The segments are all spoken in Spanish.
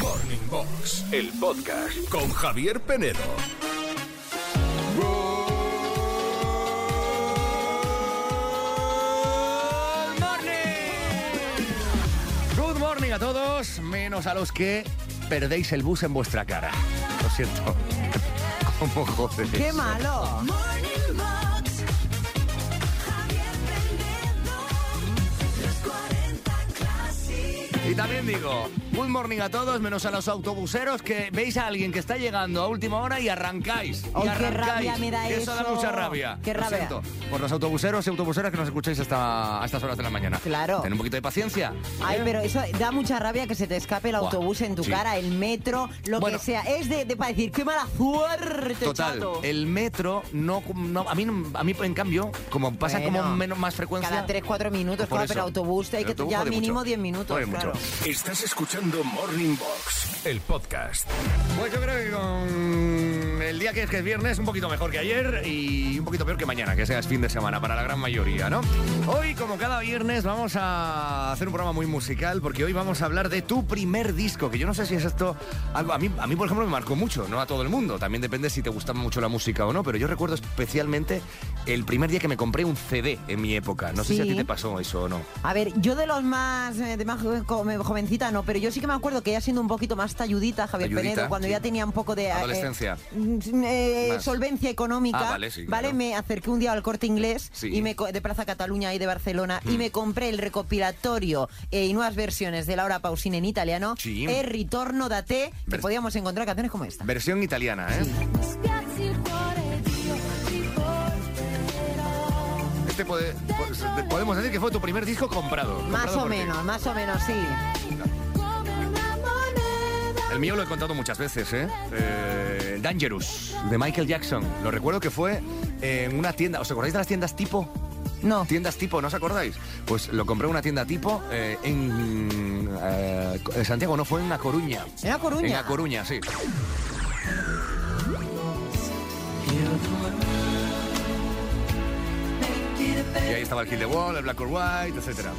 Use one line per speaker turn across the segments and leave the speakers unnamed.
Morning Box, el podcast con Javier Penedo.
Good morning. Good morning a todos, menos a los que Eh, perdéis el bus en vuestra cara. Lo siento. ¿Cómo joder?
¡Qué
eso?
malo!
Morning Box, Javier Penedo, los 40 Classic.
Y también digo, good morning a todos, menos a los autobuseros que veis a alguien que está llegando a última hora y arrancáis. y
Ay, qué
arrancáis.
rabia me da
da
eso.
mucha rabia.
Qué
Lo
rabia.
siento. Por los autobuseros y autobuseras que nos escucháis hasta, a estas horas de la mañana.
Claro.
Ten un poquito de paciencia.
Ay, pero eso da mucha rabia que se te escape el
Eh. Buah,
autobús en tu
sí.
cara, el metro, lo
Bueno.
que sea. Es de, de para decir, qué mala suerte,
Total,
chato.
el metro no, no- a mí no- a mí en cambio como pasa
Bueno,
como menos más frecuencia.
Cada 3, 4 minutos,
Por
claro,
eso.
pero autobús hay
El
que
autobús
ya
jode
mínimo
mucho.
10 minutos,
Jode mucho.
claro.
Estás escuchando Morning Box, el podcast.
Pues yo creo que con el día que es que es viernes, un poquito mejor que ayer y un poquito peor que mañana, que sea es fin de semana para la gran mayoría, ¿no? Hoy, como cada viernes, vamos a hacer un programa muy musical porque hoy vamos a hablar de tu primer disco, que yo no sé si es esto algo... A mí, a mí por ejemplo, me marcó mucho, no a todo el mundo. También depende si te gustaba mucho la música o no, pero yo recuerdo especialmente el primer día que me compré un CD en mi época. No sé si a
Sí.
ti te pasó eso o no.
A ver, yo de los más, eh, de más jo- jo- jovencita no, pero yo sí que me acuerdo que ya siendo un poquito más talludita, Javier
Talludita,
Penedo, cuando
sí.
ya tenía un poco de... eh,
Adolescencia.
mm, eh,
Más.
solvencia económica,
Ah, vale, sí, claro.
Me acerqué un día al Corte Inglés
Sí. Mm.
y me, co- de Plaza Cataluña y de Barcelona y me compré el recopilatorio eh, y nuevas versiones de Laura Pausini en italiano,
Sí.
El Ritorno da Te, que
Vers-
podíamos encontrar canciones como esta.
Versión italiana, ¿eh?
Mi spiazzi il cuore, Dio, ti porterò.
Este puede- pues, podemos decir que fue tu primer disco comprado.
Más
comprado
o
por ti.
menos, más o menos, sí.
Come una moneda.
El mío lo he contado muchas veces, ¿eh? Eh, Dangerous, de Michael Jackson. Lo recuerdo que fue en una tienda. ¿Os acordáis de las tiendas tipo?
No.
Tiendas tipo, ¿no os acordáis? Pues lo compré en una tienda tipo eh, en eh, en Santiago, no, fue en La Coruña.
¿En La Coruña?
En La Coruña, sí. Y ahí estaba el Kill the Wall, el Black or White, etcétera.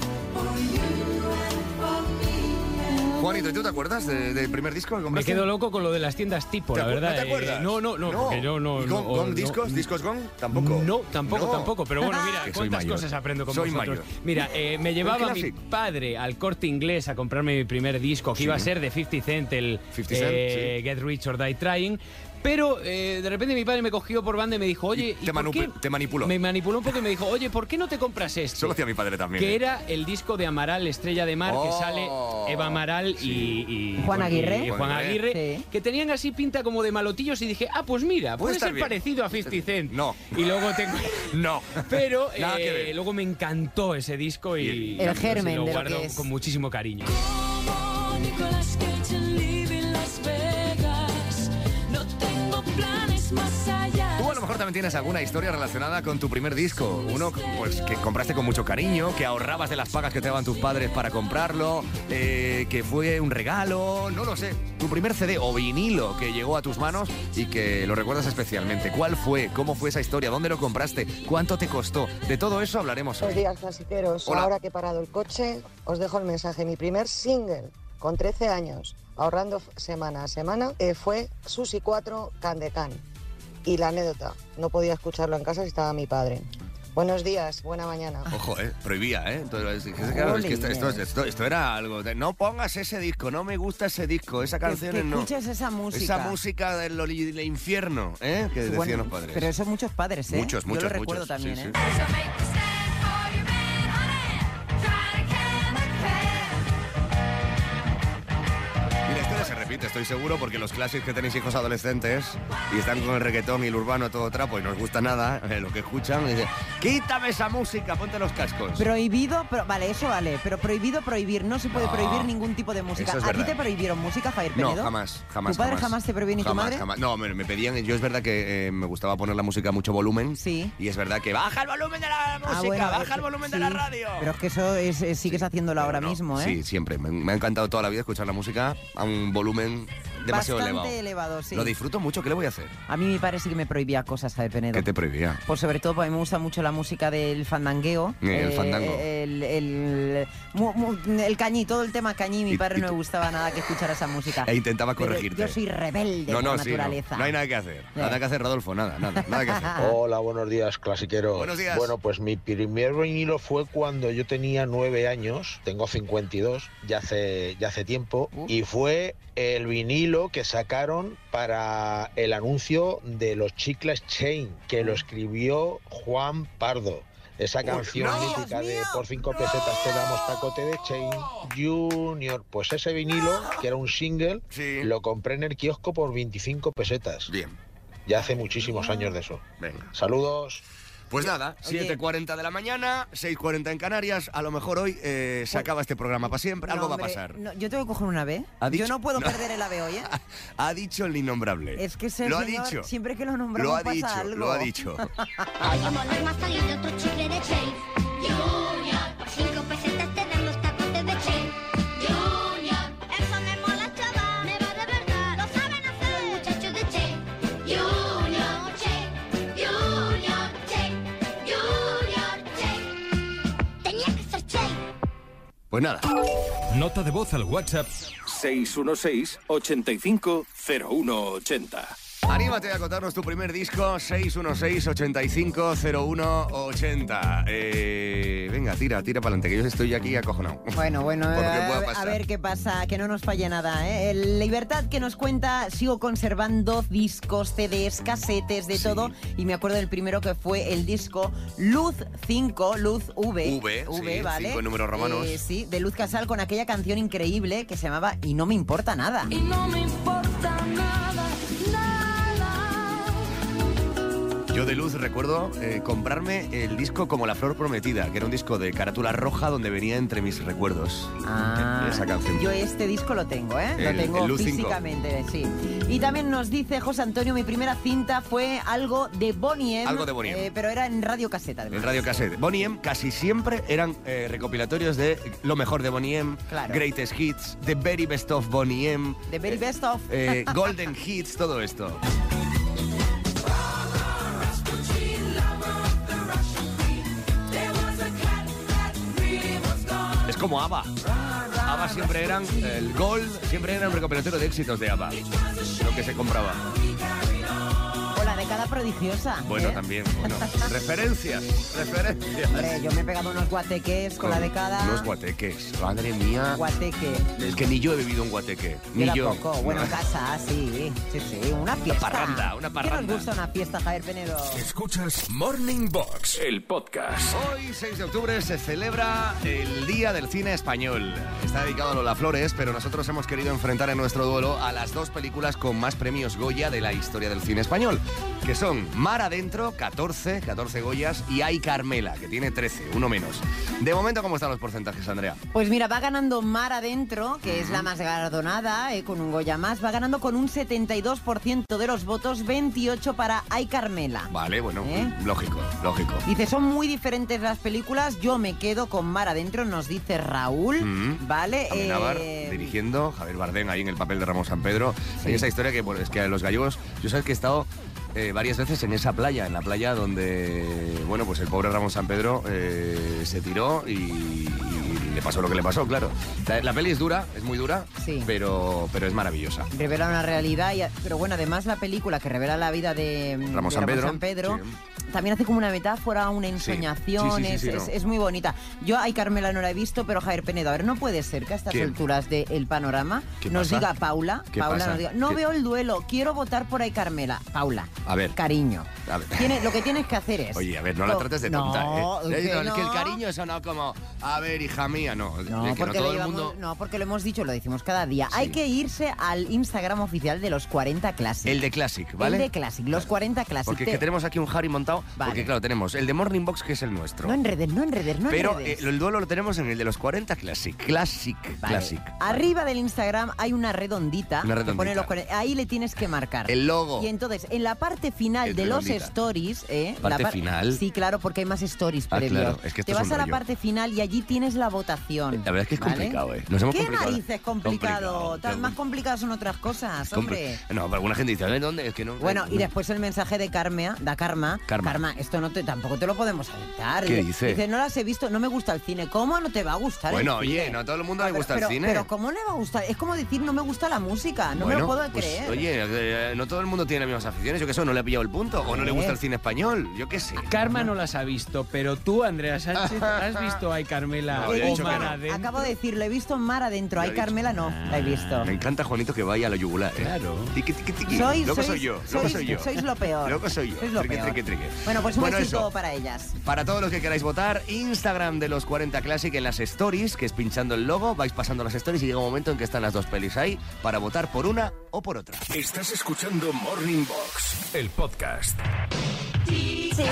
Juanito, ¿y tú te acuerdas de- del primer disco que
Me
compraste?
quedo loco con lo de las tiendas tipo,
¿Te
la
acuer-
verdad.
¿No te
eh,
acuerdas?
no, no, no, porque yo no.
¿Y
no,
¿Con,
o-
con
no-
discos? ¿Discos con? Tampoco.
No, tampoco,
No.
tampoco. Pero bueno, mira,
Que soy
cuántas
mayor.
cosas aprendo con
Soy
vosotros.
mayor.
Mira, eh, me llevaba mi
clásico.
padre al corte inglés a comprarme mi primer disco, que
Sí.
iba a ser de 50 Cent, el
50 Cent,
eh, Get Rich or Die Trying. Pero eh, de repente mi padre me cogió por banda y me dijo, oye.
Y
¿y
te
por
manupe-
qué?
te manipuló.
Me manipuló un poco y me dijo, oye, ¿por qué no te compras esto?
Eso lo hacía mi padre también.
Que
¿eh?
era el disco de Amaral, Estrella de Mar, que
Oh,
sale Eva Amaral y-
sí.
y,
Juan
bueno,
Aguirre.
y Juan
Juan Aguirre.
Aguirre,
Sí.
que tenían así pinta como de malotillos y dije, ah, pues
Puede
mira, puede,
estar
ser
bien.
parecido a 50 Cent.
No.
Y luego tengo...
No.
Pero
Nada que
eh,
ver.
luego me encantó ese disco y,
Bien.
El
y
germen
lo
de lo
guardo
que es.
con muchísimo cariño.
Como Nicolas Cage en Living Las Vegas. No tengo planes más allá.
Tú a lo mejor también tienes alguna historia relacionada con tu primer disco. Uno pues que compraste con mucho cariño, que ahorrabas de las pagas que te daban tus padres para comprarlo, eh, que fue un regalo, no lo sé. Tu primer CD o vinilo que llegó a tus manos y que lo recuerdas especialmente. ¿Cuál fue? ¿Cómo fue esa historia? ¿Dónde lo compraste? ¿Cuánto te costó? De todo eso hablaremos
Buenos
hoy.
días, clasiqueros.
Hola.
Ahora que he parado el coche, os dejo el mensaje. Mi primer single, con 13 años, ahorrando f- semana a semana, eh, fue Susi 4 Candecán. Y la anécdota, no podía escucharlo en casa si estaba mi padre. Buenos días, buena mañana.
Ojo, eh, prohibía, ¿eh? Entonces, es que, claro, es que esto, esto- esto- esto era algo. de, no pongas ese disco, no me gusta ese disco, esa canción
que
no.
escuches esa música.
Esa música del, oli- del infierno, ¿eh? Que decían
Bueno,
los padres.
Pero eso muchos padres, ¿eh?
Muchos, muchos,
Yo lo recuerdo
muchos.
también,
Sí,
¿eh?
sí.
So make a stand for your man, honey. Try to can the can.
Y la historia se repite, estoy seguro, porque los clásicos que tenéis hijos adolescentes y están con el reggaetón y el urbano a todo trapo y no os gusta nada eh, lo que escuchan, dicen, quítame esa música, ponte los cascos.
Prohibido, pro- vale, eso vale, pero prohibido prohibir, no se puede
No,
prohibir ningún tipo de música.
eso es
¿A ti
verdad.
te prohibieron música, Javier
No,
Penedo?
jamás, jamás.
¿Tu padre jamás, te prohibió ni
Jamás,
tu madre?
jamás. No, me, me pedían, yo es verdad que eh, me gustaba poner la música a mucho volumen.
Sí.
Y es verdad que baja el volumen de la
Ah,
música,
bueno,
baja
eh,
el volumen de
sí,
la radio.
Pero es que eso es, eh, sigues haciéndolo
Pero
ahora
no,
mismo, ¿eh?
Sí, siempre. Me, me ha encantado toda la vida escuchar la música a un volumen demasiado elevado.
Bastante elevado, sí.
Lo disfruto mucho, ¿qué le voy a hacer?
A mí mi padre sí que me prohibía cosas, ¿sabes, Penedo?
¿Qué te prohibía?
Pues sobre todo, porque me gusta mucho la música del fandangueo.
Eh, el fandango.
El, el- mu- mu- el cañí, todo el tema cañí. Mi
Y-
padre
y
no me
tú-
gustaba nada que escuchara esa música.
E intentaba
Ah. Pero
corregirte.
Yo soy rebelde
No, no,
por
sí, no.
naturaleza. Eh.
No hay nada que hacer. Nada que hacer, Rodolfo, nada, nada, nada que hacer.
Hola, buenos días, clasiqueros.
Buenos días.
Bueno, pues mi primer vinilo fue cuando yo tenía nueve años, tengo 52, ya hace, ya hace tiempo,
Uh.
y fue el vinilo que sacaron para el anuncio de los chicles Chain, que
Uh.
lo escribió Juan Pardo. Esa canción
no.
mítica de por cinco pesetas te damos tacote de Chain Junior. Pues ese vinilo, que era un single,
Sí.
lo compré en el kiosco por 25 pesetas.
Bien,
Ya hace muchísimos años de eso.
venga.
Saludos.
Pues nada, 7.40 de la mañana, 6.40 en Canarias. A lo mejor hoy eh, se acaba este programa para siempre.
Pues No,
Algo va a
hombre,
pasar.
no, yo tengo que coger una B.
¿Ha dicho?
Yo no puedo
No.
perder el AVE hoy, ¿eh?
Ha dicho el innombrable.
Es que ese
Lo ha
señor,
dicho.
siempre que lo nombramos
Lo ha
pasa
dicho,
algo.
lo ha dicho.
Podemos ver más allá de otro chicle de Chain. Junior. Por cinco pesetas tenemos tacotes de Chain. Junior. Eso me mola, chaval. Me va de verdad. Lo saben hacer los muchachos de Chain. Junior. Chain. Junior. Chain. Junior. Chain. Tenía que ser Chain.
Pues nada.
Nota de voz al WhatsApp
616 85 0180.
Anímate a contarnos tu primer disco 616-850180. Eh, venga, tira, tira para adelante, que yo estoy aquí acojonado.
Bueno, bueno,
Por lo que pueda
a, a
pasar.
ver qué pasa, que no nos falle nada. ¿eh? El Libertad que nos cuenta, sigo conservando discos, CDs, casetes, de
Sí.
todo. Y me acuerdo del primero que fue el disco Luz 5, Luz V.
V, sí, cinco números romanos.
Eh, sí, de Luz Casal con aquella canción increíble que se llamaba Y no me importa nada.
Y no me importa nada, nada.
Yo de luz recuerdo eh, comprarme el disco Como la Flor Prometida, que era un disco de carátula roja donde venía entre mis recuerdos.
Ah,
Esa canción.
Yo este disco lo tengo, ¿eh?
El-
lo
el
tengo
Luz cinco.
físicamente, sí. Y también nos dice José Antonio, mi primera cinta fue algo de Bonnie M,
Algo de Bonnie M.
eh, pero era en Radio Caseta, además.
En Radio Cassette. Bonnie M casi siempre eran eh, recopilatorios de lo mejor de Bonnie M,
Claro.
Greatest Hits, The Very Best of Bonnie M,
The very best of.
eh, Golden Hits, todo esto. Es como ABBA. ABBA siempre eran, el Gold siempre era un recopilatorio de éxitos de ABBA, lo que se compraba.
O la década prodigiosa.
Bueno,
¿eh?
también, bueno. referencias, referencias.
Hombre, yo me he pegado unos guateques con, la década.
Los guateques, madre mía.
Guateque.
Es que ni yo he vivido un guateque, ni
Yo
yo.
tampoco. Bueno,
No.
en casa, ah, sí. Sí, sí. Una fiesta.
parranda, una
¿Qué
parranda.
nos gusta una fiesta, Javier Penedo?
Escuchas Morning Box.
El podcast.
Hoy, 6 de octubre, se celebra el Día del Cine Español. Está dedicado a Lola Flores, pero nosotros hemos querido enfrentar en nuestro duelo a las dos películas con más premios Goya de la historia del cine español, que son Mar Adentro, 14, 14 Goyas, y Ay Carmela, que tiene 13, uno menos. De momento, ¿cómo están los porcentajes, Andrea?
Pues mira, va ganando Mar Adentro, que es la más galardonada, eh, con un Goya más. Va ganando con un 72% de los votos, 28 para Ay Carmela.
Vale, bueno,
¿Eh?
lógico, lógico.
Dice, son muy diferentes las películas. Yo me quedo con Mar Adentro, nos dice Raúl.
Mm.
¿Vale?
Amenábar
Eh,
dirigiendo, Javier Bardem ahí en el papel de Ramón San Pedro. Hay esa historia que, bueno, es que a los gallegos, yo sabes que he estado eh, varias veces en esa playa, en la playa donde, bueno, pues el pobre Ramón San Pedro eh, se tiró y, y le pasó lo que le pasó, claro. La, la peli es dura, es muy dura,
Sí.
pero, pero es maravillosa.
revela una realidad, y, pero bueno, además la película que revela la vida de mm, de
Ramón San Pedro,
también hace como una metáfora, una ensoñación,
Sí, sí, sí,
es,
sí,
es-
no.
es muy bonita. Yo, ay Carmela, no la he visto, pero Javier Penedo, a ver, no puede ser que a estas
¿Qué?
alturas del panorama
¿Qué
nos
pasa?
diga Paula,
¿Qué
Paula
pasa?
nos diga, no
¿Qué?
veo el duelo, quiero votar por ay Carmela. Paula,
A ver.
cariño,
A ver.
tiene- lo que tienes que hacer es...
Oye, a ver, no la
Co-
trates de
No,
tonta, ¿eh?
que
Le digo, Que el
no.
cariño eso no como, a ver, hija mía, no.
No,
es que no
porque
todo
lo
el
llevamos-
mundo...
no, porque lo hemos dicho, lo decimos cada día.
Sí.
Hay que irse al Instagram oficial de los 40 Classic.
El de Classic, ¿vale?
El de Classic, los 40 Classic.
Porque es
Te-
que tenemos aquí un Harry montado.
Vale.
Porque claro, tenemos el de Morning Box, que es el nuestro.
No enredes, no enredes, no
pero eh,
enredes.
el duelo lo tenemos en el de los 40 Classic. Classic,
Vale.
Classic.
Arriba del Instagram hay una redondita.
Una
que pone
redondita.
los 40. Ahí le tienes que marcar.
El logo.
Y entonces, en la parte final
El
de los
redondito.
stories. ¿eh?
Parte
par-
final.
Sí, claro, porque hay más stories
Ah,
previos.
claro, es que esto
Te
es
vas
un
a la
rollo.
parte final y allí tienes la votación.
La verdad es que es
¿vale?
complicado, ¿eh? Nos hemos
¿Qué
complicado.
narices complicado?
Complicado,
Tan- más
compli-
complicadas son otras cosas, hombre.
Compre- No, pero alguna gente dice, ¿eh, ¿dónde? Es que no.
Bueno, y
no-
después el mensaje de Karma, da Karma.
Karma.
esto no te, tampoco te lo podemos aceptar.
¿Qué dice?
no las he visto, no me gusta el cine. ¿Cómo no te va a gustar el
Bueno,
cine?
oye, no a todo el mundo le
Pero-
gusta el
pero-
cine.
Pero ¿cómo le va a gustar? Es como decir, no me gusta la música, no me
Bueno,
lo puedo
pues,
creer.
Oye, eh, no todo el mundo tiene las mismas aficiones. Yo qué sé, no le ha pillado el punto. O no le gusta el cine español. Yo qué sé.
Karma no las ha visto, pero tú, Andrea Sánchez, ¿has visto a Carmela
No, yo he
o
dicho que no.
Mara Dentro?
Acabo de decir, lo he visto en mar adentro. Ay,
he dicho. Ah,
Carmela, no, la he visto.
Me encanta, Juanito, que vaya a la yugular. ¿eh?
Claro.
Tiqui, tiqui, tiqui.
Sois-
Loco soy
sois-
yo. Loco
sois-
soy yo.
sois lo peor.
Loco soy yo.
Sois lo
Triqui,
peor.
triqui, triqui.
Bueno, pues un
Bueno,
besito
eso.
para ellas.
Para todos los que queráis votar, Instagram de los 40 Classic en las stories, que es pinchando el logo, vais pasando las stories y llega un momento en que están las dos pelis ahí para votar por una o por otra.
Estás escuchando Morning Box, el podcast.
Chicas,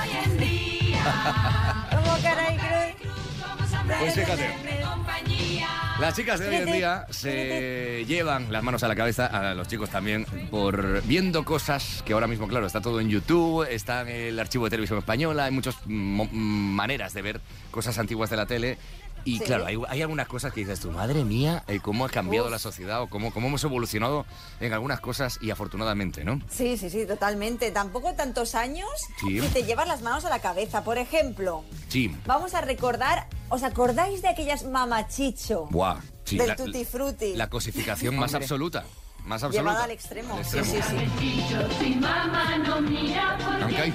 Hoy en día,
¿cómo caray creo?
vamos a
Pues fíjate.
hacer compañía.
Las chicas de hoy en día se llevan las manos a la cabeza, a los chicos también, por viendo cosas que ahora mismo, claro, está todo en YouTube, está en el archivo de televisión española, hay muchas mo- maneras de ver cosas antiguas de la tele. Y
Sí.
claro, hay, hay algunas cosas que dices tú, madre mía, eh, cómo ha cambiado
Uf.
la sociedad o cómo, cómo hemos evolucionado en algunas cosas y afortunadamente, ¿no?
Sí, sí, sí, totalmente. Tampoco tantos años
Sí.
que te llevas las manos a la cabeza. Por ejemplo,
Sí.
vamos a recordar, ¿os acordáis de aquellas mamachicho?
Buah. Sí,
Del
la,
tutti frutti.
la cosificación más absoluta. Más absoluta.
Llevada al extremo.
Al
Sí,
extremo.
sí, sí.
Aunque hay-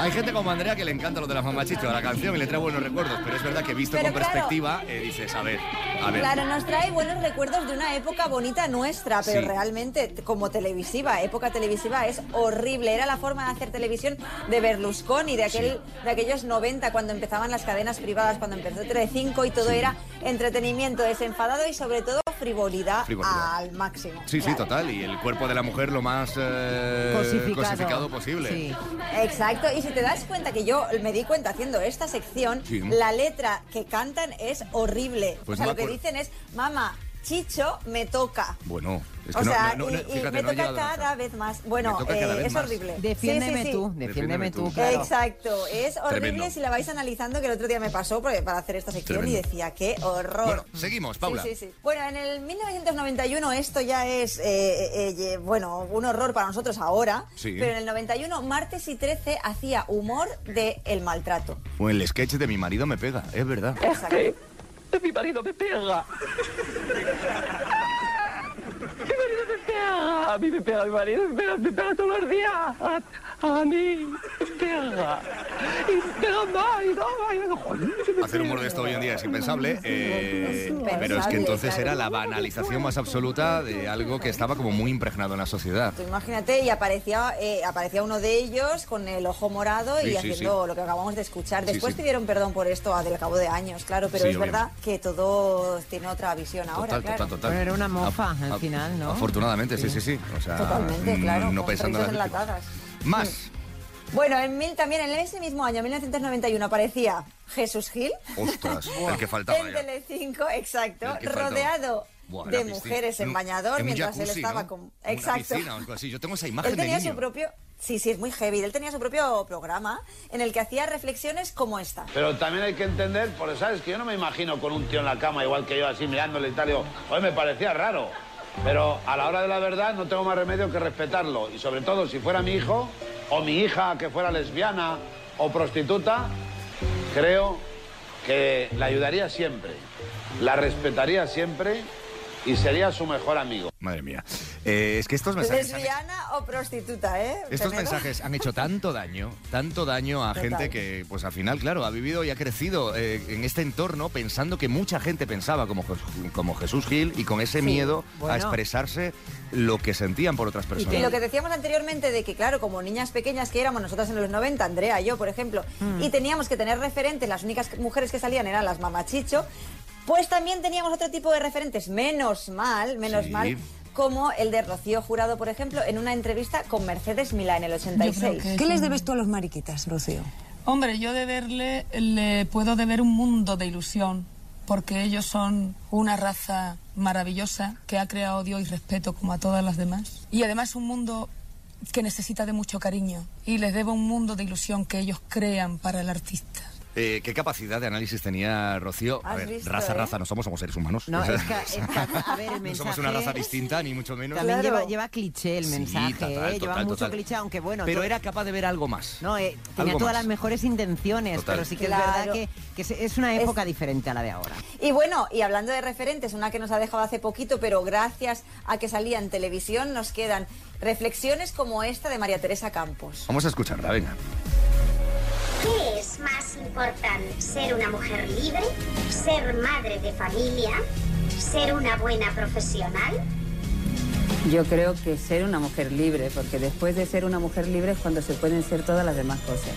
Hay gente como Andrea que le encanta lo de las mamachichos, la canción y le trae buenos recuerdos, pero es verdad que visto
Pero
con
claro.
perspectiva eh, dices, a ver, a ver.
Claro, nos trae buenos recuerdos de una época bonita nuestra, pero
Sí.
realmente t- como televisiva, época televisiva es horrible. Era la forma de hacer televisión de Berlusconi, de, aquel, de aquellos 90, cuando empezaban las cadenas privadas, cuando empezó Telecinco y todo era entretenimiento desenfadado y sobre todo frivolidad,
Frivolidad.
al máximo.
Sí, sí,
Claro.
total. Y el cuerpo de la mujer lo más eh,
Cosificado.
posible.
Sí.
Exacto, y si te das cuenta que yo me di cuenta haciendo esta sección,
Sí.
la letra que cantan es horrible.
Pues
o sea,
no
lo que
acuer-
dicen es, mamá, Chicho me toca.
Bueno, es que
o
no-
sea,
no- no- no,
y- y
fíjate,
me
no he
toca
llegado a
cada vez más. Bueno,
Me toca cada
eh,
vez
es
más.
horrible. Sí,
Defiéndeme
sí, sí.
tú,
Defiéndeme
defiéndeme
tú.
tú, claro.
Exacto, es horrible
Tremendo.
si la vais analizando, que el otro día me pasó por- para hacer esta sección y
Tremendo.
decía, qué horror.
Bueno, seguimos, Paula.
Sí, sí, sí. Bueno, en el 1991 esto ya es, eh, eh, eh, bueno, un horror para nosotros ahora,
Sí.
pero en el 91, martes y 13, hacía humor de el maltrato.
O el sketch de mi marido me pega, es verdad.
Exacto.
Mi marido me pega. Mi marido me pega. A mí me pega mi marido, me pega, me pega todos los días. A, a mí me pega. Y me pega más y no, ay, joder, que me
Hacer humor de esto hoy en día es impensable, eh,
Impensable,
pero es que entonces
claro.
era la banalización más absoluta de algo que estaba como muy impregnado en la sociedad.
Tú imagínate, y aparecía, eh, aparecía uno de ellos con el ojo morado
Sí,
y
sí,
haciendo lo que acabamos de escuchar.
Sí,
Después
sí.
pidieron perdón por esto al cabo de años, claro, pero
Sí,
es verdad
obviamente.
que todo tiene otra visión ahora,
Total,
claro.
total, total.
Pero era una mofa,
Af-
al
af-
final, ¿no?
Afortunadamente, sí, sí, sí. O sea,
Totalmente,
mm,
claro,
no
con
pensando en
risas
las víctimas.
enlatadas.
Más.
Bueno, en mil, también en ese mismo año, 1991, aparecía Jesús Gil.
Ostras, el que faltaba.
En
ya.
Telecinco, exacto,
El que faltaba.
rodeado
Buah, en la
de
piscina.
mujeres
En
en
un-
bañador
en un
mientras él
jacuzzi,
estaba
¿no?
con...
En una
Exacto.
piscina o algo así. Yo tengo esa imagen
Él tenía
de niño.
su propio... Sí, sí, es muy heavy. Él tenía su propio programa en el que hacía reflexiones como esta.
Pero también hay que entender, porque sabes que yo no me imagino con un tío en la cama igual que yo así mirándole y tal, digo, hoy me parecía raro. Pero a la hora de la verdad no tengo más remedio que respetarlo. Y sobre todo si fuera mi hijo o mi hija que fuera lesbiana o prostituta, creo que la ayudaría siempre, la respetaría siempre y sería su mejor amigo.
Madre mía. Eh, es que estos mensajes. han-
Lesbiana o prostituta, ¿eh?
Estos
Tremendo.
mensajes han hecho tanto daño, tanto daño a
Total.
gente que, pues al final, claro, ha vivido y ha crecido eh, en este entorno pensando que mucha gente pensaba como, Jos- como Jesús Gil y con ese
Sí,
miedo
bueno.
a expresarse lo que sentían por otras personas.
Y lo que decíamos anteriormente de que, claro, como niñas pequeñas que éramos nosotras en los 90, Andrea, yo, por ejemplo,
Mm.
y teníamos que tener referentes, las únicas mujeres que salían eran las mamachicho, pues también teníamos otro tipo de referentes, menos mal, menos
Sí.
mal, como el de Rocío Jurado, por ejemplo, en una entrevista con Mercedes Milá en el 86.
¿Qué les debes tú a los mariquitas, Rocío?
Hombre, yo de verle le puedo deber un mundo de ilusión, porque ellos son una raza maravillosa que ha creado odio y respeto como a todas las demás. Y además un mundo
que necesita de mucho cariño y les debo un mundo de ilusión que ellos crean para el artista.
Eh, ¿Qué capacidad de análisis tenía Rocío? A
Has
ver,
visto,
raza,
¿eh?
raza, no somos, somos seres humanos.
No,
O sea,
es que, es que, a ver, el mensaje...
no somos una raza distinta, ni mucho menos.
También lleva, lleva cliché el
Sí,
mensaje,
total,
¿eh?
total,
lleva mucho
total.
cliché, aunque bueno...
Pero
yo-
era capaz de ver algo más.
No, eh, tenía
Algo
todas
más.
las mejores intenciones,
Total.
pero sí que
Claro.
es verdad que, que se- es una época diferente a la de ahora.
Y bueno, y hablando de referentes, una que nos ha dejado hace poquito, pero gracias a que salía en televisión, nos quedan reflexiones como esta de María Teresa Campos.
Vamos a escucharla, venga.
¿Qué es más importante? ¿Ser una mujer libre? ¿Ser madre de familia? ¿Ser una buena profesional?
Yo creo que ser una mujer libre, porque después de ser una mujer libre es cuando se pueden ser todas las demás cosas.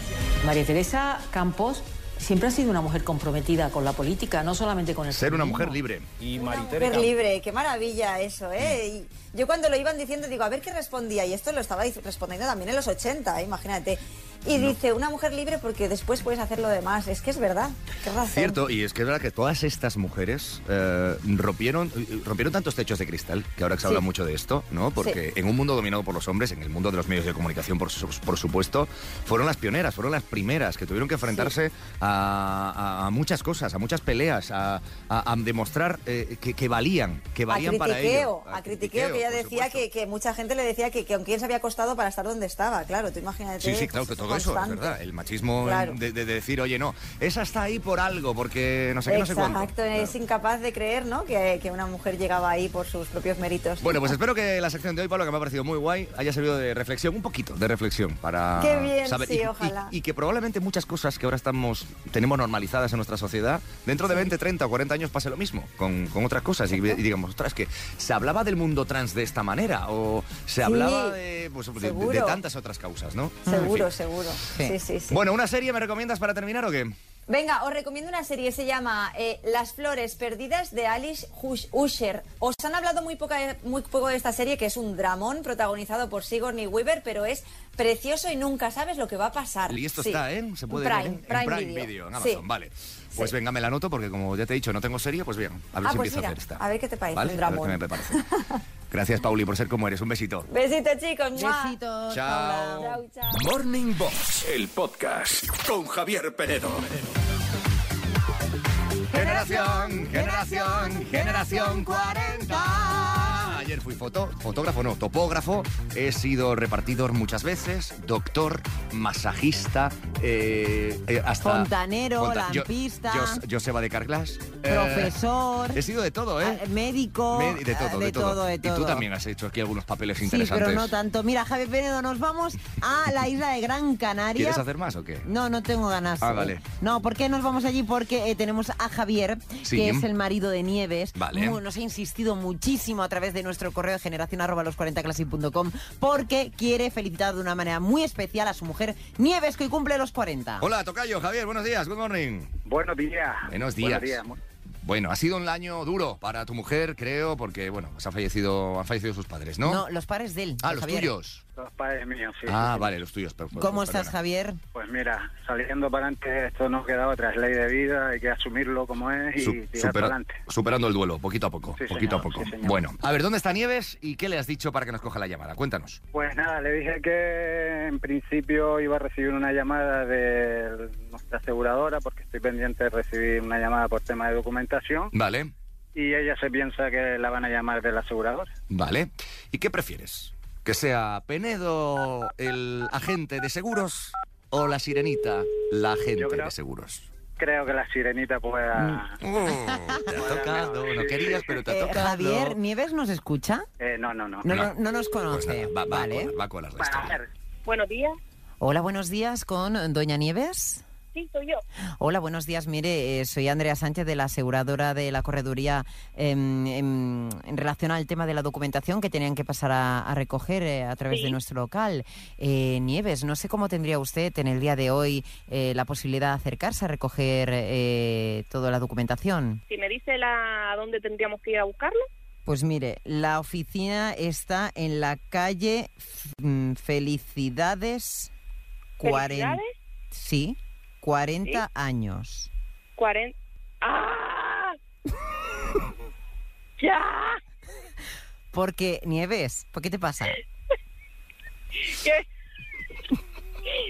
María Teresa Campos siempre ha sido una mujer comprometida con la política, no solamente con el
Ser una mujer
feminismo.
libre.
Y
Súper libre, qué maravilla eso, ¿eh?
Mm.
Y yo cuando lo iban diciendo, digo, a ver qué respondía, y esto lo estaba dic- respondiendo también en los 80, ¿eh? imagínate. Y dice, una mujer libre porque después puedes hacer lo demás. Es que es verdad, qué razón.
Cierto, y es que es verdad que todas estas mujeres eh, rompieron, eh, rompieron tantos techos de cristal, que ahora que se habla
Sí.
mucho de esto, ¿no? Porque en un mundo dominado por los hombres, en el mundo de los medios de comunicación, por, su- por supuesto, fueron las pioneras, fueron las primeras que tuvieron que enfrentarse a, a- a muchas cosas, a muchas peleas, a, a- a demostrar eh, que, que valían, que
A
valían para ello.
critiqueo, a critiqueo, que ella decía que, que mucha gente le decía que, que aunque se había costado para estar donde estaba, claro, tú imagínate.
Sí, sí, claro, que todo eso, es
constante.
verdad. El machismo
Claro.
de, de decir, oye, no, esa está ahí por algo, porque no sé qué, no sé
Exacto,
cuánto.
es incapaz de creer, ¿no? Que, que una mujer llegaba ahí por sus propios méritos.
Bueno, pues espero que la sección de hoy, Pablo, que me ha parecido muy guay, haya servido de reflexión, un poquito de reflexión para
Qué bien,
saber.
sí,
y,
ojalá.
y- y que probablemente muchas cosas que ahora estamos tenemos normalizadas en nuestra sociedad, dentro de 20, 30 o 40 años pase lo mismo con, con otras cosas. Y, y digamos, ostras, que se hablaba del mundo trans de esta manera o se
Sí,
hablaba de, pues, de- de- de
seguro.
tantas otras causas, ¿no?
Seguro,
En fin.
seguro.
Sí.
Sí, sí, sí.
Bueno, ¿una serie me recomiendas para terminar o qué?
Venga, os recomiendo una serie, se llama eh, Las flores perdidas de Alice Hush- Usher. Os han hablado muy, poca- muy poco de esta serie, que es un dramón protagonizado por Sigourney Weaver, pero es precioso y nunca sabes lo que va a pasar.
Y esto
Sí.
está, ¿eh? Se puede
Prime,
ver en- en
Prime Video.
en
Sí.
Amazon, vale. Pues venga, me la anoto porque como ya te he dicho, no tengo serie, pues bien, a ver
Ah,
si
pues
empiezo
mira,
a hacer esta.
a ver qué te parece
¿Vale?
un
A ver qué
dramón.
me parece. Gracias, Pauli, por ser como eres. Un besito.
Besitos, chicos.
Besitos.
Chao.
Chao, chao.
Morning Box, el podcast con Javier Penedo.
Generación, generación, generación 40. Ayer fui foto, fotógrafo, no, topógrafo. He sido repartidor muchas veces, doctor, masajista, eh, eh, hasta...
Fontanero,
Fonta- yo-
lampista.
Jos- Joseba de Carglass.
Profesor.
he sido de todo, ¿eh?
Ah, Médico. ah,
Me- de todo, de,
de todo, de
Y tú
todo.
también has hecho aquí algunos papeles
Sí,
interesantes.
pero no tanto. Mira, Javier Penedo, nos vamos a la isla de Gran Canaria.
¿Quieres hacer más o qué?
No, no tengo ganas.
Ah, vale.
No, ¿por qué nos vamos allí? Porque eh, tenemos a Javier,
Sí.
que es el marido de Nieves.
Vale.
Mu- nos ha insistido muchísimo a través de nuestro correo de generación arroba los 40 classic.com porque quiere felicitar de una manera muy especial a su mujer Nieves, que hoy cumple los 40.
Hola, Tocayo, Javier, buenos días, good morning.
Buenos días.
Buenos días.
días.
Bueno, ha sido un año duro para tu mujer, creo, porque, bueno, pues ha fallecido, han fallecido sus padres, ¿no?
los padres de él.
Ah,
de
los
Javier.
tuyos.
Los padres míos, sí.
Ah, vale, los tuyos. per- per-
¿Cómo estás,
perdona.
Javier?
Pues mira, saliendo para adelante esto no queda otra, es ley de vida, hay que asumirlo como es y
Su-
tirar
supera-
para adelante.
superando el duelo, poquito a poco,
Sí,
poquito
señor,
a poco.
sí, señor.
bueno, a ver, ¿dónde está Nieves y qué le has dicho para que nos coja la llamada? Cuéntanos.
Pues nada, le dije que en principio iba a recibir una llamada de nuestra aseguradora porque estoy pendiente de recibir una llamada por tema de documentación
Vale,
y ella se piensa que la van a llamar del asegurador.
vale. ¿Y qué prefieres? ¿Que sea Penedo el agente de seguros o la sirenita la agente
creo-
de seguros?
Creo que la sirenita pueda...
te ha tocado, no querías, pero te ha
Eh,
tocado.
Javier, ¿Nieves nos escucha?
Eh, no, no, no.
No, no, no nos
Pues
conoce.
va, pues va
vale.
a colar, va a colar la historia.
Buenos días.
Hola, buenos días con Doña Nieves.
Sí, soy yo.
Hola, buenos días. Mire, eh, soy Andrea Sánchez de la aseguradora de la correduría em, em, en relación al tema de la documentación que tenían que pasar a, a recoger eh, a través de
Sí.
nuestro local. Eh, Nieves, no sé cómo tendría usted en el día de hoy eh, la posibilidad de acercarse a recoger eh, toda la documentación.
Si me dice la, a dónde tendríamos que ir a buscarlo,
Pues mire, la oficina está en la calle mm, Felicidades 40.
¿Felicidades?
Sí, 40 años.
40. ¡Ah! ¡Ya!
Porque, Nieves, ¿por qué te pasa?
que,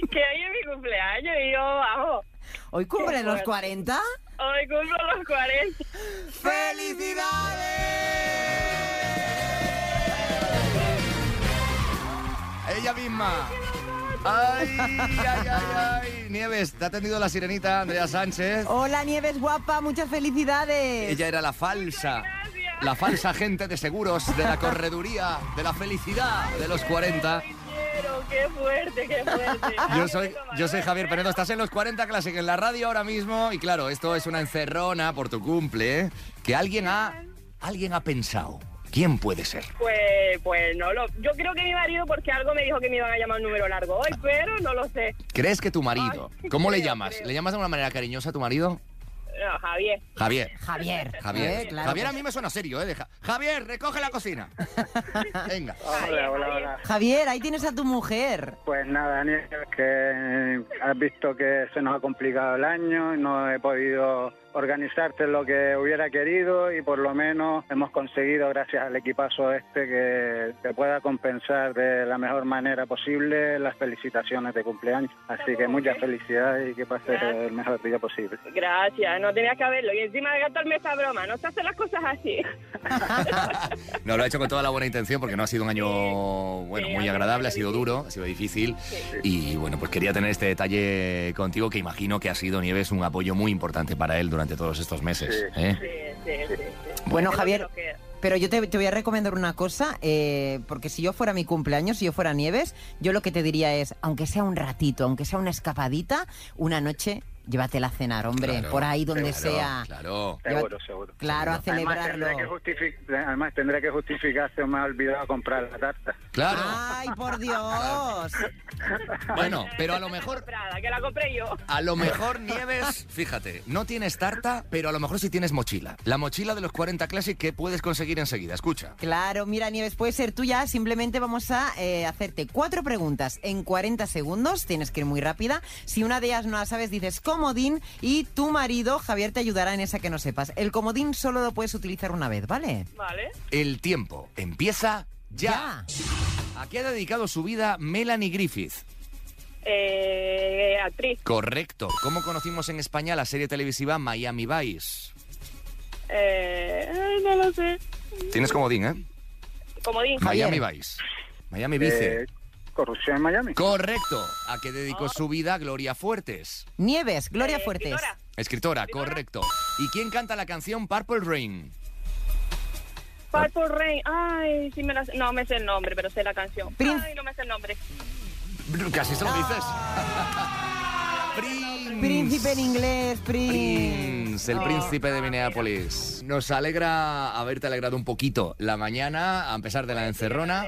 que hoy es mi cumpleaños y yo, vamos.
¿Hoy cumple
Qué
los
fuerte.
40?
Hoy cumplo los 40.
¡Felicidades!
Ella misma. Ay, ay, ay, ay. Nieves, te ha atendido la sirenita Andrea Sánchez.
Hola, Nieves guapa, muchas felicidades.
Ella era la falsa. La falsa gente de seguros, de la correduría, de la felicidad de los 40.
Pero qué fuerte, qué fuerte.
Yo soy, yo soy Javier Peredo, estás en los 40 Classic en la radio ahora mismo y claro, esto es una encerrona por tu cumple ¿eh? que alguien ha, alguien ha pensado. ¿Quién puede ser?
Pues, pues no lo. Yo creo que mi marido, porque algo me dijo que me iban a llamar un número largo hoy, pero no lo sé.
¿Crees que tu marido?
Ay,
¿Cómo le
creo,
llamas?
creo.
¿Le llamas de una manera cariñosa a tu marido?
No, Javier.
Javier.
Javier.
Javier,
Eh, claro.
Javier a mí me suena serio, ¿eh? Deja- Javier, recoge la cocina. Venga.
Hola, hola, hola.
Javier, ahí tienes a tu mujer.
Pues nada, Nieves, que has visto que se nos ha complicado el año, no he podido organizarte lo que hubiera querido y por lo menos hemos conseguido, gracias al equipazo este, que te pueda compensar de la mejor manera posible las felicitaciones de cumpleaños. Así que muchas felicidades y que pases el mejor día posible.
Gracias, no tenías que haberlo. Y encima de gastarme esa broma, no se hacen las cosas así.
No, lo ha hecho con toda la buena intención porque no ha sido un año bueno,
Sí,
muy
ha
agradable, ha sido duro, ha sido difícil. Y bueno, pues quería tener este detalle contigo que imagino que ha sido Nieves un apoyo muy importante para él durante todos estos meses. ¿eh?
Bueno, Javier, pero yo te, te voy a recomendar una cosa, eh, porque si yo fuera mi cumpleaños, si yo fuera Nieves, yo lo que te diría es, aunque sea un ratito, aunque sea una escapadita, una noche, llévatela a cenar, hombre,
Claro,
por ahí donde
claro,
sea.
Claro.
Seguro, seguro.
Claro, a
Además
celebrarlo.
tendré, que justific- además tendré que justificarse, me ha olvidado comprar la tarta.
Claro.
¡Ay, por Dios!
Bueno, pero a lo mejor,
Comprada, que la compré yo.
a lo mejor Nieves, fíjate, no tienes tarta, pero a lo mejor sí tienes mochila. La mochila de los 40 Classic que puedes conseguir enseguida. Escucha.
Claro, mira, Nieves, puede ser tuya. Simplemente vamos a eh, hacerte cuatro preguntas en 40 segundos. Tienes que ir muy rápida. Si una de ellas no la sabes, dices comodín y tu marido, Javier, te ayudará en esa que no sepas. El comodín solo lo puedes utilizar una vez, ¿vale?
Vale.
El tiempo empieza ya. ¿A qué ha dedicado su vida Melanie Griffith?
Eh, actriz,
Correcto. ¿Cómo conocimos en España la serie televisiva Miami Vice?
eh, ay, no lo sé.
Tienes comodín, ¿eh?
Como dije.
Miami Vice. Miami Vice.
Eh, corrupción en Miami.
Correcto. ¿A qué dedicó su vida Gloria Fuertes?
Nieves, Gloria Fuertes.
Escritora, correcto. ¿Y quién canta la canción Purple Rain?
Purple Rain. Ay, sí me la sé. No me sé el nombre, pero sé la canción.
Prince.
Ay, no me sé el nombre.
Casi se lo dices.
Príncipe en inglés, Prince.
Prince, el príncipe de Minneapolis. Nos alegra haberte alegrado un poquito la mañana, a pesar de la encerrona.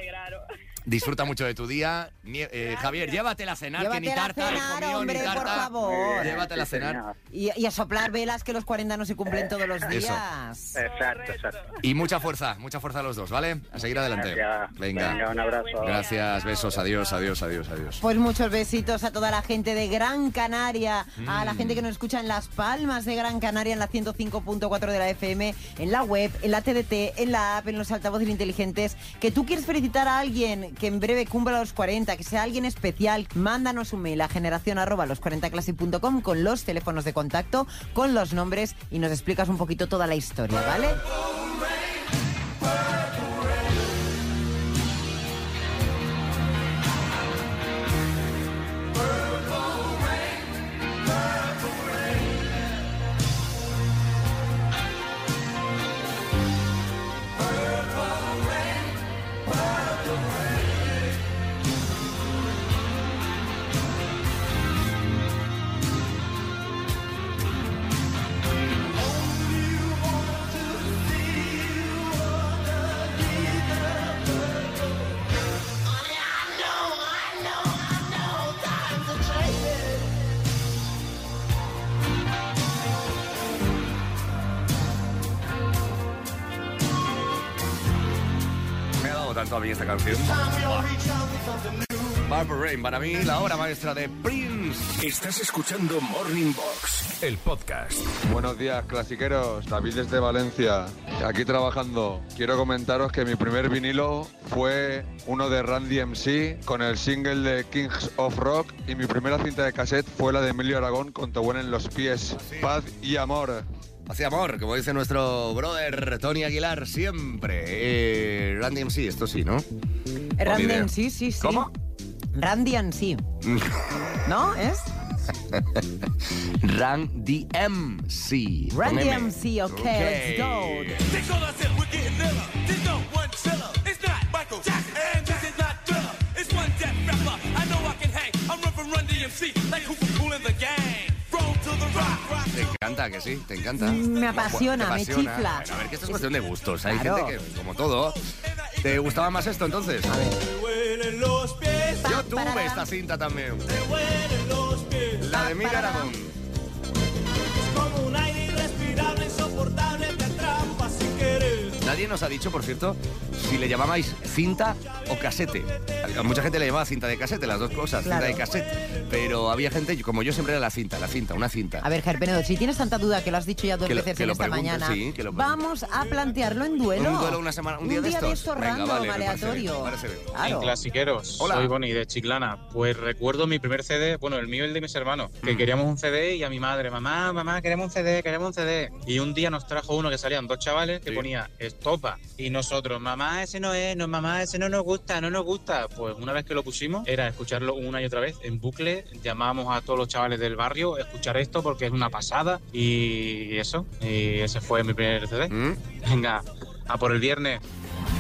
Disfruta mucho de tu día. Nie- eh, Javier, llévatela a cenar, que ni
Llévatela a
tarta he
cenar,
comido,
hombre,
ni
por
tarta.
favor.
Llévatela a
Sí,
cenar.
Y, y a soplar velas que los 40 no se cumplen todos los días.
Eso.
Exacto, exacto.
Y mucha fuerza, mucha fuerza a los dos, ¿vale? A seguir adelante.
Gracias.
Venga.
Venga, un abrazo.
Gracias, besos, adiós, adiós, adiós, adiós.
Pues muchos besitos a toda la gente de Gran Canaria, a la
Mm.
gente que nos escucha en Las Palmas de Gran Canaria, en la 105.4 de la FM, en la web, en la TDT, en la app, en los altavoces inteligentes. Que tú quieres felicitar a alguien que en breve cumpla los 40, que sea alguien especial, mándanos un mail a generación arroba los40classic.com con los teléfonos de contacto, con los nombres y nos explicas un poquito toda la historia, ¿vale?
Me ha dado tanto a mí esta canción. Barbara Rain, para mí la obra maestra de Prince.
Estás escuchando Morning Box, el podcast.
Buenos días, clasiqueros. David desde Valencia. Aquí trabajando, quiero comentaros que mi primer vinilo fue uno de Randy MC con el single de Kings of Rock y mi primera cinta de cassette fue la de Emilio Aragón con Te en los pies. Paz y amor.
Paz y amor, como dice nuestro brother Tony Aguilar siempre. Eh, Randy MC, esto sí, ¿no?
Randy
Idea.
en sí, sí, sí.
¿Cómo? Mm.
Randy en sí. ¿No? ¿Es?
Randy MC. con
Randy
M.
MC, ok,
Ok.
let's go.
They call us ill, we're getting iller. There's no one chiller. It's not Michael Jackson, and this is not Thriller. It's one death rapper. I know I can hang. I'm run from Run DMC, like who from Cool in the Gang. Roll to the rock, rock
Te encanta, que sí, te encanta.
Mm, Me apasiona,
Te
me chifla.
Bueno, a ver, que esto es cuestión de gustos. Hay
Claro.
gente que, como todo, ¿te gustaba más esto entonces?
Huelen los pies.
Yo tuve esta cinta también.
Huelen los pies.
La de Miguel Aragón.
Es como un aire irrespirable, insoportable, te atrapa si quieres.
Nadie nos ha dicho, por cierto, si le llamabais cinta o casete. A mucha gente le llamaba cinta de casete, las dos cosas, cinta
Claro.
de casete. Pero había gente, como yo siempre era la cinta, la cinta, una cinta.
A ver, Gerpenedo, si tienes tanta duda que lo has dicho ya dos
Que lo-
veces
que
en
lo
esta
pregunte,
mañana,
sí, que lo pregunte.
vamos a plantearlo en duelo.
Un duelo una semana, un día de estos. Venga,
random,
vale, me parece bien,
aleatorio.
me parece bien.
Claro.
En clasiqueros,
Hola.
soy Boni de Chiclana. Pues recuerdo mi primer CD, bueno, el mío y el de mis hermanos, que queríamos un CD y a mi madre, mamá, mamá, queremos un CD, queremos un CD. Y un día nos trajo uno que salían dos chavales que ponía estopa y nosotros, mamá, ese no es, no, mamá, ese no nos gusta, no nos gusta. Pues una vez que lo pusimos, era escucharlo una y otra vez en bucle, llamábamos a todos los chavales del barrio, escuchar esto porque es una pasada y eso. Y ese fue mi primer CD. ¿eh?
Mm.
Venga, a por el viernes.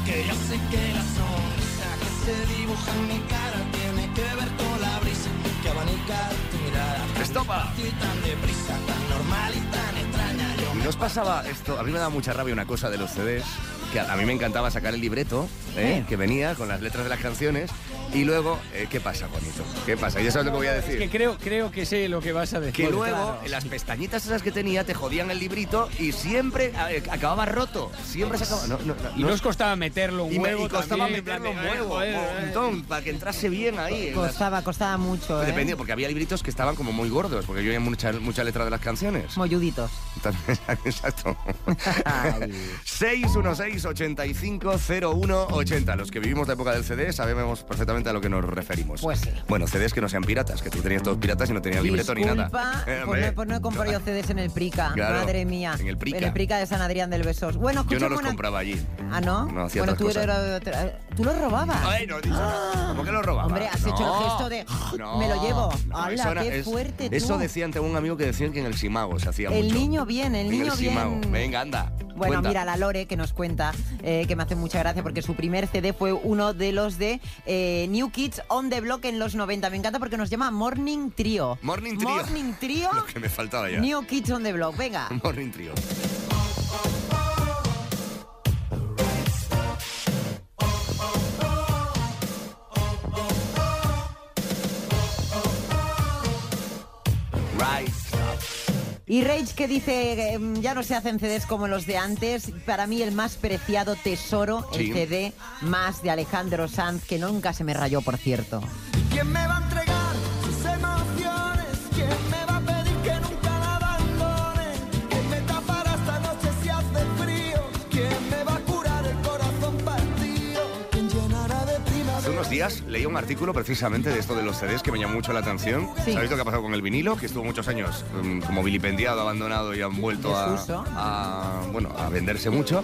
Que yo sé que la sonrisa que se dibuja en mi cara tiene que ver con la brisa que abanica tu mirada.
¡Estopa!
Y tan deprisa, tan normal y tan extraña. Yo
¿No os pasaba esto? A mí me daba mucha rabia una cosa de los CDs, que a, a mí me encantaba sacar el libreto, ¿eh? que venía con las letras de las canciones, y luego, eh, ¿qué pasa, Juanito? ¿Qué pasa? Ya sabes lo que voy a decir.
Es que creo, creo que sé lo que vas a decir.
Que luego
Claro.
las pestañitas esas que tenía te jodían el librito y siempre eh, acababa roto. Siempre se acababa. No, no, no,
y
no-
nos costaba meterlo un
y me-
huevo
y costaba
también, eh,
meterlo
en
un
plan de,
huevo,
"Ay, joder,
un montón, para que entrase bien ahí. en las-
Costaba, costaba mucho, ¿eh?
Dependía, porque había libritos que estaban como muy gordos, porque yo había mucha, mucha letra de las canciones.
Molluditos.
Entonces, Exacto. 616-850180. Los que vivimos la época del CD sabemos perfectamente a lo que nos referimos.
Pues sí.
Bueno, CDs que no sean piratas, que tú tenías todos piratas y no tenías libreto ni nada.
Disculpa
Eh,
por
hombre.
no, por no he comprado yo CDs en el Prica.
Claro,
Madre mía.
en el Prica.
de San Adrián del Besós. Bueno,
Yo no
escúchame
los
una-
compraba allí.
Ah, ¿no?
No, hacía
bueno,
otras
tú,
cosas.
eras otra- tú los robabas.
Ay, no, dices, ¿Cómo que lo robaba?
Ah. Hombre, has hecho el gesto de,
no,
"Me lo llevo".
no,
¡Hala,
era-
qué fuerte, tú!
Eso decían, tengo un amigo que decían que en el Simago se hacía
El
mucho.
niño bien, el
En
niño
Simago.
bien.
Venga, anda.
Bueno,
cuenta.
mira, la Lore que nos cuenta, eh, que me hace mucha gracia porque su primer CD fue uno de los de eh, New Kids on the Block en los 90. Me encanta porque nos llama Morning Trio.
Morning Trio.
Morning Trio,
Lo que me faltaba ya.
New Kids on the Block. Venga.
Morning Trio. Rise up.
Y Rage que dice, em, ya no se hacen CDs como los de antes. Para mí el más preciado tesoro,
Sí.
el CD más de Alejandro Sanz, que nunca se me rayó, por cierto.
¿Quién me va a entregar sus emociones? ¿Quién me va a pedir que nunca la abandone? ¿Quién me tapará esta noche si hace frío? ¿Quién me va a curar el corazón partido? ¿Quién llenará de
Hace
primavera?
unos días leí un artículo precisamente de esto de los CDs que me llamó mucho la atención.
Sí.
¿Sabéis lo que ha pasado con el vinilo? Que estuvo muchos años mm, como vilipendiado, abandonado y han vuelto a,
Desuso.
a, bueno, a venderse mucho.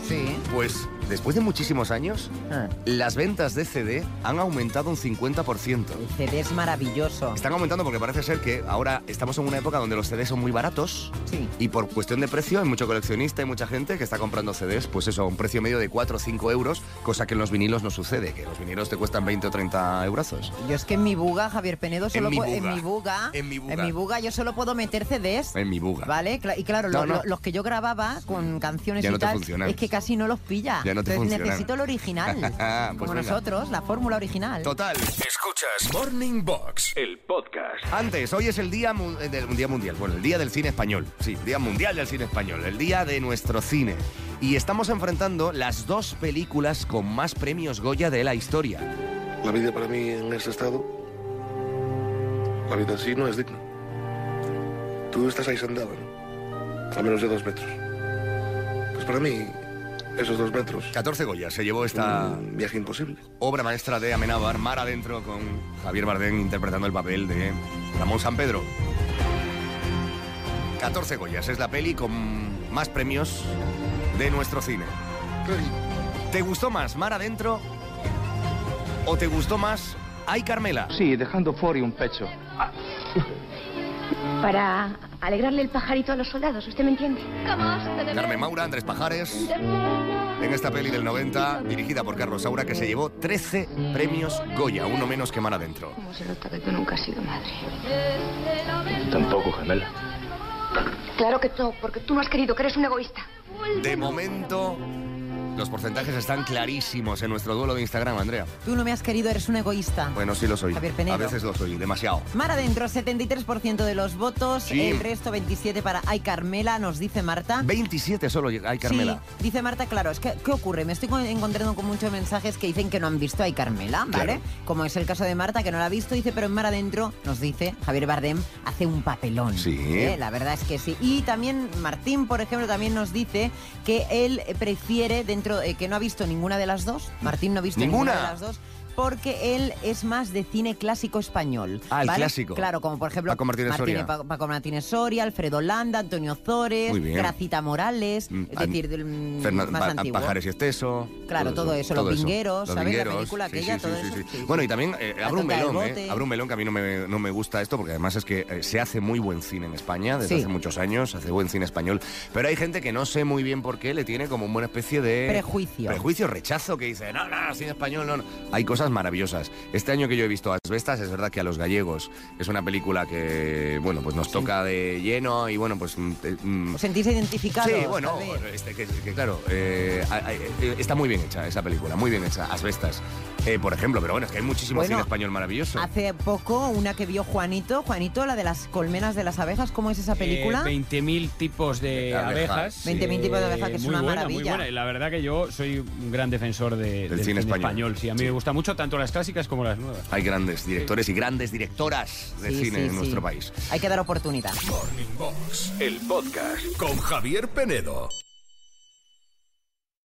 Pues después de muchísimos años,
Ah,
las ventas de CD han aumentado un 50%. El
CD es maravilloso.
Están aumentando porque parece ser que ahora estamos en una época donde los CDs son muy baratos. Y por cuestión de precio, hay mucho coleccionista y mucha gente que está comprando CDs, pues eso, a un precio medio de 4 o 5 euros, cosa que en los vinilos no sucede, que los vinilos te cuestan 20 o 30 eurazos.
Yo es que en mi buga, Javier Penedo, solo
mi
puedo-
buga.
en mi buga,
En mi buga.
yo solo puedo meter CDs.
En mi buga.
¿Vale? Cla- Y claro,
No,
lo-
no.
lo- los que yo grababa con canciones
Ya
y
no te
tal,
funcionan.
es que casi no los pilla.
Ya no te
Entonces
funcionan.
necesito el original.
Ah, pues
como
venga.
nosotros, la fórmula original.
Total. Escuchas Morning Box, el podcast. Antes, hoy es el día, mu- eh, del, un día mundial, bueno, el día del cine español. Sí, día mundial del cine español, el día de nuestro cine. Y estamos enfrentando las dos películas con más premios Goya de la historia.
La vida para mí en ese estado, la vida así no es digna. Tú estás ahí sentado, ¿no? a menos de dos metros. Pues para mí, esos dos metros.
14 Goya se llevó esta
viaje imposible.
obra maestra de Amenábar, Mar Adentro, con Javier Bardem interpretando el papel de Ramón San Pedro. 14 Goyas es la peli con más premios de nuestro cine. ¿Te gustó más Mar Adentro o te gustó más Ay Carmela?
Sì, dejando fuori un pezzo.
Para alegrarle el pajarito a los soldados, ¿usted me entiende?
Carmen Maura, Andrés Pajares, en esta peli del 90, dirigida por Carlos Saura, que se llevó 13 premios Goya, uno menos que Mar Adentro.
¿Cómo se nota que tú nunca has sido madre?
Tampoco, Carmela.
Claro que no, porque tú no has querido, que eres un egoísta.
De momento, los porcentajes están clarísimos en nuestro duelo de Instagram, Andrea.
Tú no me has querido, eres un egoísta.
Bueno, sí lo soy.
Javier Penedo.
A veces lo soy, demasiado.
Mar adentro, 73% de los votos,
Sí.
el resto 27 para Ay Carmela, nos dice Marta.
27 solo llega- hay Carmela.
Ah. Sí, dice Marta, claro, es que, ¿qué ocurre? Me estoy con- encontrando con muchos mensajes que dicen que no han visto a Ay Carmela, ¿vale?
Claro.
Como es el caso de Marta, que no la ha visto, dice, pero en Mar Adentro, nos dice, Javier Bardem hace un papelón.
Sí.
Eh, La verdad es que sí. Y también Martín, por ejemplo, también nos dice que él eh, prefiere, dentro, eh, que no ha visto ninguna de las dos, Martín no ha visto ninguna,
Ninguna.
de las dos, porque él es más de cine clásico español.
Ah, el
¿vale?
clásico.
Claro, como por ejemplo
Paco Martínez Soria.
Pa- Paco Martínez Soria, Alfredo Landa, Antonio Zores,
Muy bien.
Gracita Morales,
Mm,
es
an-
decir, del, mm,
Fernan-
más
Pa-
antiguo.
Pajares y Esteso.
Claro, todo eso, los vingueros,
Los
¿sabes? La
vingueros,
película
sí,
aquella,
sí, sí,
todo
sí,
eso,
sí.
sí, sí.
Bueno, y también eh,
La
abro un
tonta del
melón, ¿eh?
bote.
Abro un melón que a mí no me, no me gusta esto, porque además es que eh, se hace muy buen cine en España desde
Sí.
hace muchos años, se hace buen cine español, pero hay gente que no sé muy bien por qué le tiene como una especie de...
Prejuicio.
Prejuicio, rechazo, que dice, no, no, cine español, no, no. Hay cosas maravillosas. Este año que yo he visto Asbestas, es verdad que a los gallegos es una película que, bueno, pues nos toca de lleno y, bueno, pues... mm, eh, mm,
¿Os sentís identificados?
Sí, bueno,
tal vez?
este, que, que claro, eh, a- a- eh, está muy bien hecha esa película, muy bien hecha, Asbestas, eh, por ejemplo, pero bueno, es que hay muchísimo
Bueno,
cine español maravilloso.
Hace poco una que vio Juanito, Juanito, la de las colmenas de las abejas, ¿cómo es esa película?
Eh, 20.000 tipos de
abejas.
abejas.
20.000 tipos de abejas, que es
muy
una
buena, Muy
maravilla.
buena. Y la verdad que yo soy un gran defensor de- del,
cine español.
Sí, a mí me gusta mucho tanto las clásicas como las nuevas.
Hay grandes directores y grandes directoras de
Sí,
cine
sí,
en
sí.
nuestro país.
Hay que dar oportunidad.
Morning Box, el podcast con Javier Penedo.